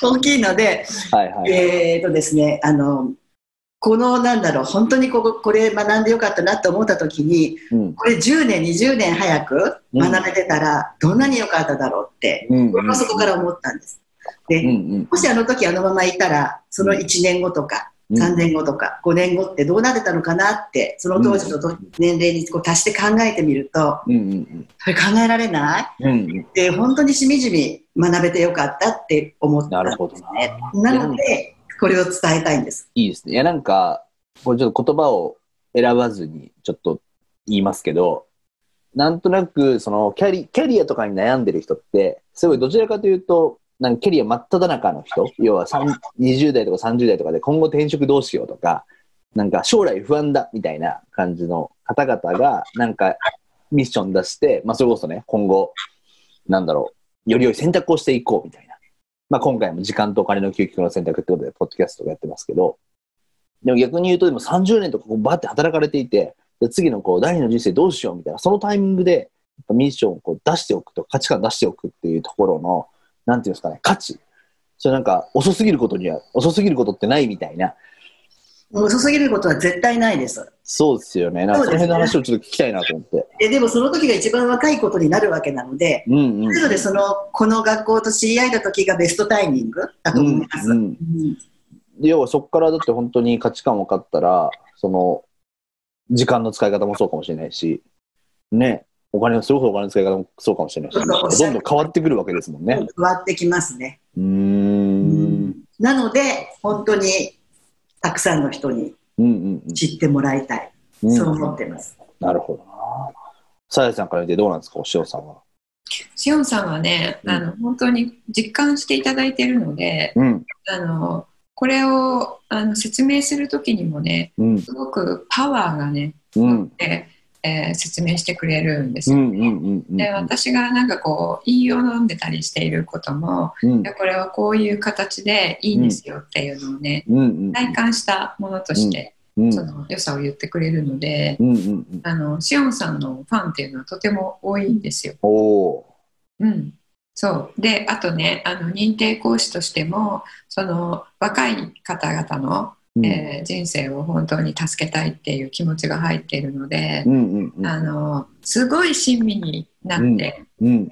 F: 大きいので
C: はいはい、
F: えーとですね、あのこのなんだろう本当にこここれ学んでよかったなと思った時に
C: うん
F: これ10年20年早く学べてたらどんなに良かっただろうって、
C: うん
F: 僕はそこから思ったんです。で、
C: うんうん
F: もしあの時あのままいたらその1年後とか
C: うん
F: 3年後とか5年後ってどうなってたのかなってその当時のと年齢にこう足して考えてみると
C: うんうん
F: それ考えられない
C: うんうん
F: で本当にしみじみ学べてよかったって思っ
C: な
F: た
C: ん
F: で
C: る
F: す
C: ほどな
F: ね。なのでこれを伝えたいんです。
C: いいですねいやなんかこれちょっと言葉を選ばずにちょっと言いますけどなんとなくそのキャリキャリアとかに悩んでる人ってすごいどちらかというとなんかキャリア真っ只中の人要は3 20代とか30代とかで今後転職どうしようとかなんか将来不安だみたいな感じの方々がなんかミッション出して、まあ、それこそね今後なんだろうより良い選択をしていこうみたいな、まあ、今回も時間とお金の究極の選択ってことでポッドキャストをやってますけどでも逆に言うとでも30年とかこうバーって働かれていてで次のこう第二の人生どうしようみたいなそのタイミングでやっぱミッションをこう出しておくと価値観出しておくっていうところのなんていうんですかね価値それなんか遅すぎることには遅すぎることってないみたいな
F: 遅すぎることは絶対ないです。
C: そうですよね。なんかそ
F: そう
C: の
F: です
C: 辺
F: ね
C: の話をちょっと聞きたいなと思って。
F: えでもその時が一番若いことになるわけなので、
C: うんうん。
F: なのでそのこの学校と知り合えた時がベストタイミングだと
C: う
F: 思い
C: ん
F: ます。
C: うん、
F: うん
C: 要はそこからだって本当に価値観分かったら、その、時間の使い方もそうかもしれないし、ね、お金の、それこそお金の使い方もそうかもしれないし、
F: そうそ
C: どん
F: う
C: どん変わってくるわけですもんね。
F: 変わってきますね。
C: うーん。
F: なので本当にたくさんの人に
C: うんうん
F: 知ってもらいたい、
C: うん。
F: そう
C: うん
F: 思ってます。
C: なるほどな。さやさんから見てどうなんですか、お塩さんは。
B: しおんさんはね、あの本当に実感していただいているので
C: うん。
B: あのこれをあの説明する時にもね
C: うん。
B: すごくパワーがね、
C: うん。
B: ええー説明してくれるんで
C: う
B: すよ、
C: んうんうんうん。
B: で私がなんかこう言いを飲んでたりしていることも
C: うん
B: いやこれはこういう形でいいんですよっていうのをね、
C: うんうん。
B: 体感したものとして、
C: うん
B: その良さを言ってくれるので、
C: うんうんうん。
B: あのシオンさんのファンっていうのはとても多いんですよ。
C: おお。
B: うん、そうであとねあの認定講師としてもその若い方々の、
C: うん
B: えー人生を本当に助けたいっていう気持ちが入っているので
C: う、んうんうん
B: あのすごい親身になって、
C: うん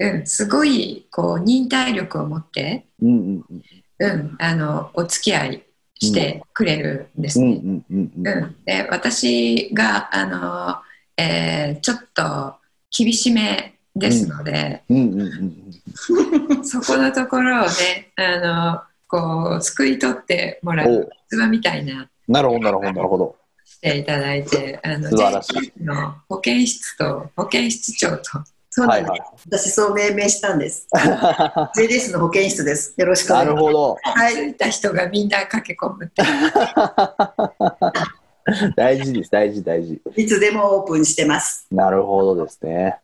B: うんすごいこう忍耐力を持って、
C: うんうんうん
B: うん、あのお付き合いしてくれるんです
C: う
B: ね。
C: んうんうんうん
B: うん、で私があの、えーちょっと厳しめですので、
C: うんうんうん
B: そこのところをねあのこう救い取ってもら
C: お
B: う
C: う
B: 器みたいな
C: なるほどなるほどなるほど
B: していただいてあの
C: 素晴らしい
B: JTF の保健室と保健室長と
F: そうな
C: は
F: ん
C: い
F: です、
C: はい
F: 私そう命名したんです。JDS の保健室です。よろしくお
C: なる
F: 願いします。
C: ほど
F: はい
B: ついた人がみんな駆け込むって
C: 大事です大事大事
F: いつでもオープンしてます。
C: なるほどですね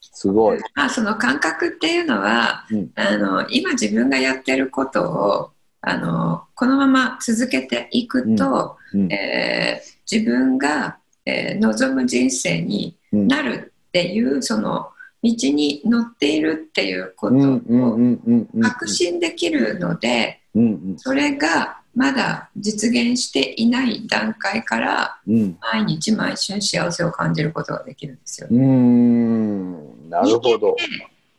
C: すごい
B: まあ、その感覚っていうのは、
C: うん
B: あの今自分がやってることをあのこのまま続けていくと、
C: うんうん
B: えー自分が、えー望む人生に
C: うん
B: なるっていう、その道に乗っているっていうこ
C: う
B: と
C: んうんう
B: を
C: んうんうん
B: 確信できるので、
C: うん
B: それがまだ実現していない段階から
C: うん
B: 毎日毎週幸せを感じることができるんですよね
C: うーんなるほど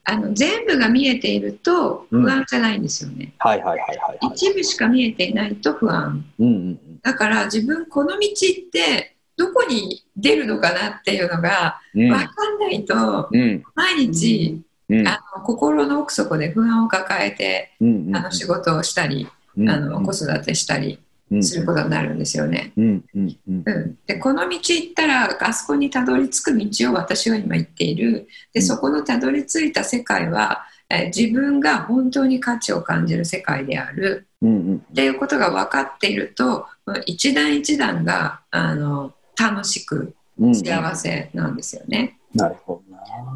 B: あの全部が見えていると
C: うん
B: 不安じゃないんですよね、
C: はいはいはいはいはい
B: 一部しか見えていないと不安
C: うんうん
B: だから自分この道ってどこに出るのかなっていうのが
C: うん
B: 分かんないと
C: うん
B: 毎日
C: うん
B: あの心の奥底で不安を抱えて
C: うんうん
B: あの仕事をしたりあの子育てしたり
C: うん
B: することになるんですよね。
C: うんうんうん
B: うん、でこの道行ったらあそこにたどり着く道を私は今行っているでそこのたどり着いた世界は、えー自分が本当に価値を感じる世界である
C: うんうん
B: っていうことが分かっているとうん一段一段があの楽しく
C: うん
B: 幸せなんですよね。
C: なるほど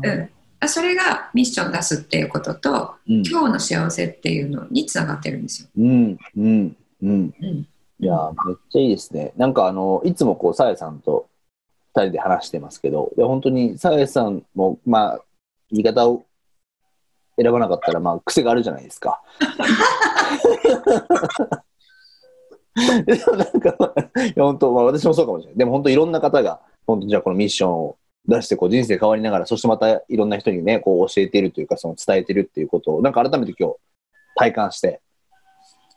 C: な
B: うん、あそれがミッション出すっていうことと、
C: うん
B: 今日の幸せっていうのにつながってるんですよ。
C: うんうんうん
B: うん
C: いやーめっちゃいいですねなんかあのいつもこうさやさんと二人で話してますけどいや本当にさやさんもまあ言い方を選ばなかったらまあ癖があるじゃないですか。でもなんか、まあ、いや本当、まあ、私もそうかもしれない。でも本当いろんな方が本当にじゃあこのミッションを出してこう人生変わりながらそしてまたいろんな人にねこう教えているというかその伝えてるっていうことをなんか改めて今日体感して。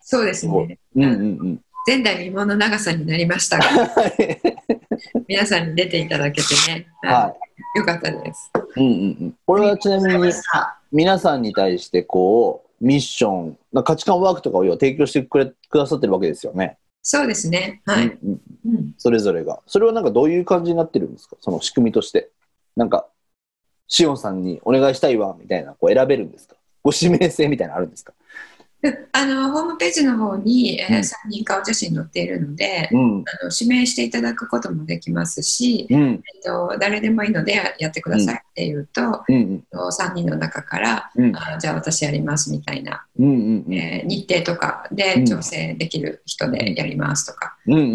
B: そうですね。
C: うんうんうん
B: 前代未聞の長さになりましたが、 皆さんに出ていただけてね、、
C: はい
B: よかったです。
C: うんうんうん、これはちなみに皆さんに対してこうミッションまあ価値観ワークとかを要は提供してくれくださってるわけですよね、
B: そうですね。はい。
C: うんうん
B: うん
C: それぞれがそれはなんかどういう感じになってるんですかその仕組みとしてなんかしおんさんにお願いしたいわみたいなこう選べるんですかご指名制みたいなのあるんですか
B: であのホームページの方に、えー
C: うん
B: 3人顔写真載っているので、
C: うん
B: あの指名していただくこともできますし、
C: うん
B: えっと、誰でもいいのでややってくださいっていうと、
C: うん
B: 3人の中から
C: うん
B: あじゃあ私やりますみたいな、
C: うんうんうん
B: えー日程とか
C: う
B: で
C: ん
B: 調整できる人でやりますとか、
C: うんうんうんう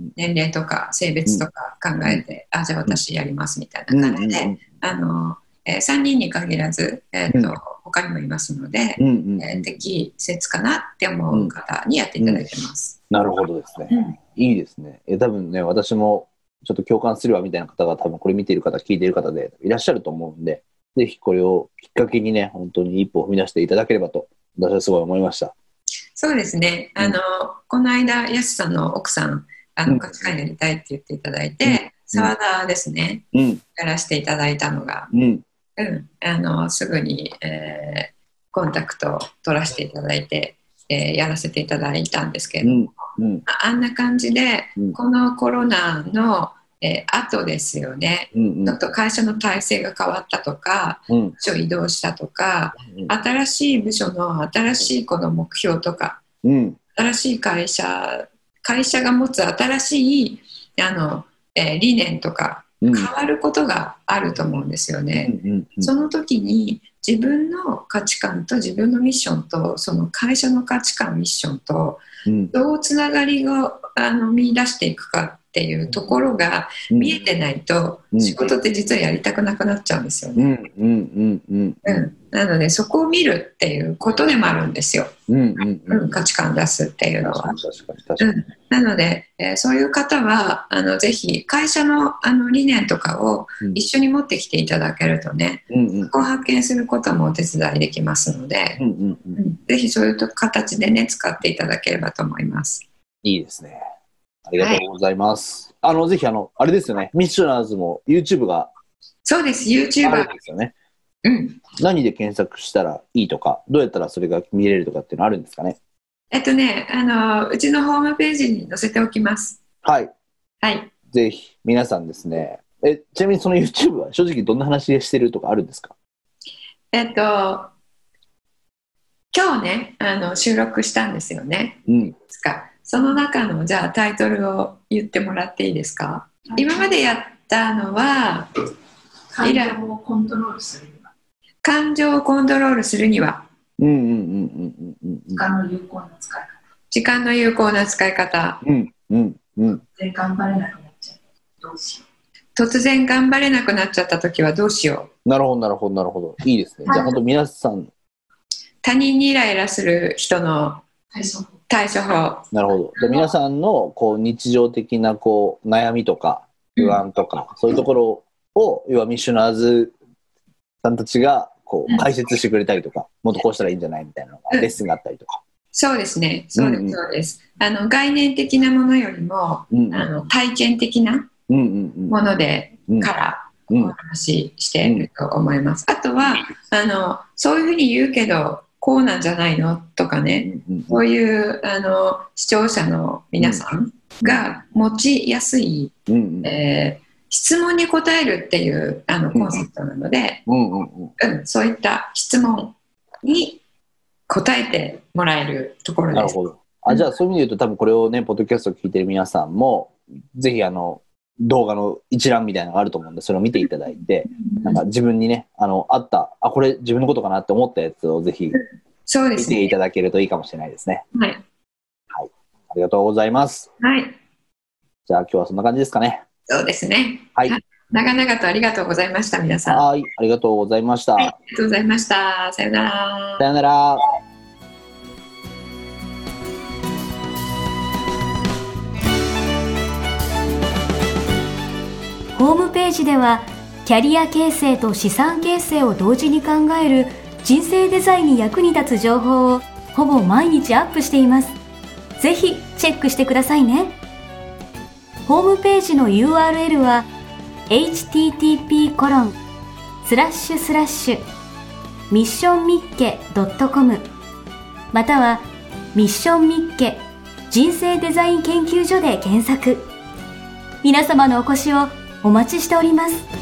C: ん
B: 年齢とか性別とか考えて、あじゃあ私やりますみたいな感じで、あのえー3人に限らず、えーと
C: うん
B: 他にもいますので、
C: うんうんうん
B: えー適切かなって思う方にやっていただいてます。
C: なるほどですね。いいですね。え多分ね、私もちょっと共感するわみたいな方が多分これ見ている方、聞いている方でいらっしゃると思うんで、ぜひこれをきっかけにね、本当に一歩を踏み出していただければと、私はすごい思いました。
B: そうですね。
C: うん
B: あの、この間、やすさんの奥さん、あ
C: う
B: の、
C: ん
B: 価値観やりたいって言っていただいうて、沢田ですね、
C: うん、
B: やらせていただいたのが、
C: うん、
B: うん、あの、すぐに、えーコンタクトを取らせていただいて、えーやらせていただいたんですけれ
C: う
B: ど、
C: ん、うん、
B: ああんな感じで、
C: うん
B: このコロナの、えー後ですよね。
C: うん、うん、
B: ちょっと会社の体制が変わったとか、
C: うん、
B: 部署移動したとか、
C: うん
B: 新しい部署の新しいこの目標とか、
C: うん、
B: 新しい会社会社が持つ新しいあの、えー理念とか
C: うん、
B: 変わることがあると思うんですよね。
C: うん、
B: その時に自分の価値観と自分のミッションとその会社の価値観ミッションと
C: うん、
B: どうつながりをあの見出していくかっていうところが見えてないと
C: うん
B: 仕事って実はやりたくなくなっちゃうんですよ
C: う
B: ね。
C: ん、うん、うん、
B: う
C: うん、
B: ん、なのでそこを見るっていうことでもあるんですよ、
C: うん、うん、
B: うん、価値観出すっていうの
C: 確
B: は
C: か。に確かに確かに。
B: なので、えーそういう方はあのぜひ会社のあの理念とかを
C: うん
B: 一緒に持ってきていただけるとね、
C: うん、うん
B: そ、こを発見することもお手伝いできますので
C: う、ん、うん、うん。
B: ぜひそういうと形でね使っていただければと思います。
C: いいですね。ありがとうございます。あの、ぜひ、あの、あれですよね。ミッショナーズも YouTube が
B: そうです
C: ある
B: YouTuber
C: ん、ですよね。
B: うん
C: 何で検索したらいいとか、どうやったらそれが見れるとかっていうのあるんですかね。
B: えっとねあのうちのホームページに載せておきます。
C: はい。
B: はい、
C: ぜひ、皆さんですね。え、ちなみにその YouTube は正直どんな話してるとかあるんですか
B: えっと今日ねあの収録したんですよね。
C: うん。
B: いつかその中のじゃあタイトルを言ってもらっていいですか？今までやったのは
D: 感情をコントロールする
B: 感情をコントロールするには
C: うんうんうんうんうん
D: 時間の有効な使い方
B: 時間の有効な使い方
C: うん。うんうんうん。
D: で頑張れなくなっちゃうどうしよ
B: 突然頑張れなくなっちゃった時はどうしよう
C: なるほど、なるほど、なるほど。いいですね。じゃあ、本当皆さん、
B: 他人にイライラする人の
D: う対処法
B: 対処法
C: なるほど。じゃあ皆さんの、こう、日常的な、こう、悩みとか、不安とか、そういうところを、要はミッショナーズさんたちが、こう、解説してくれたりとか、もっとこうしたらいいんじゃないみたいなのが、レッスンがあったりとか。
B: そうですねそうで
C: うんうん
B: すそうです、あの概念的なものよりも
C: うん
B: あの体験的な
C: うんうんうん。
B: もので
C: うん
B: から
C: う
B: お
C: ん
B: 話ししていると思います、あとはあのそういうふうに言うけどこうなんじゃないのとかね
C: うん
B: そういうあの視聴者の皆さんが持ちやすい、
C: うん
B: えー質問に答えるっていうあの
C: うん
B: コンセプトなので、
C: うんうん
B: うん、そういった質問に答えてもらえるとこ
C: うん、
B: ろ
C: な
B: で
C: る
B: す。
C: ほど。あじゃあそういう意味で言うと多分これをねポッドキャストを聞いてる皆さんもぜひあの動画の一覧みたいなのがあると思うんで、それを見ていただいて、なんか自分にね、あの、あった、あ、これ自分のことかなって思ったやつをぜひ
B: そうで
C: 見
B: す
C: てい
B: ね。
C: ただけるといいかもしれないですね。
B: はい。
C: ありがとうございます。
B: はい。
C: じゃあ今日はそんな感じですかね。
B: そうですね。
C: はい。
B: はい長々とありがとうございました、皆さん。あ
C: はい。ありがとうございました。
B: りがとうございました。さよなら
C: さ。よなら。
A: ホームページではキャリア形成と資産形成を同時に考える人生デザインに役に立つ情報をほぼ毎日アップしています。ぜひチェックしてくださいね。ホームページの URL は http コロンスラッシュスラッシュミッションミッケ .com またはミッションミッケ人生デザイン研究所で検索。皆様のお越しをお待ちしております。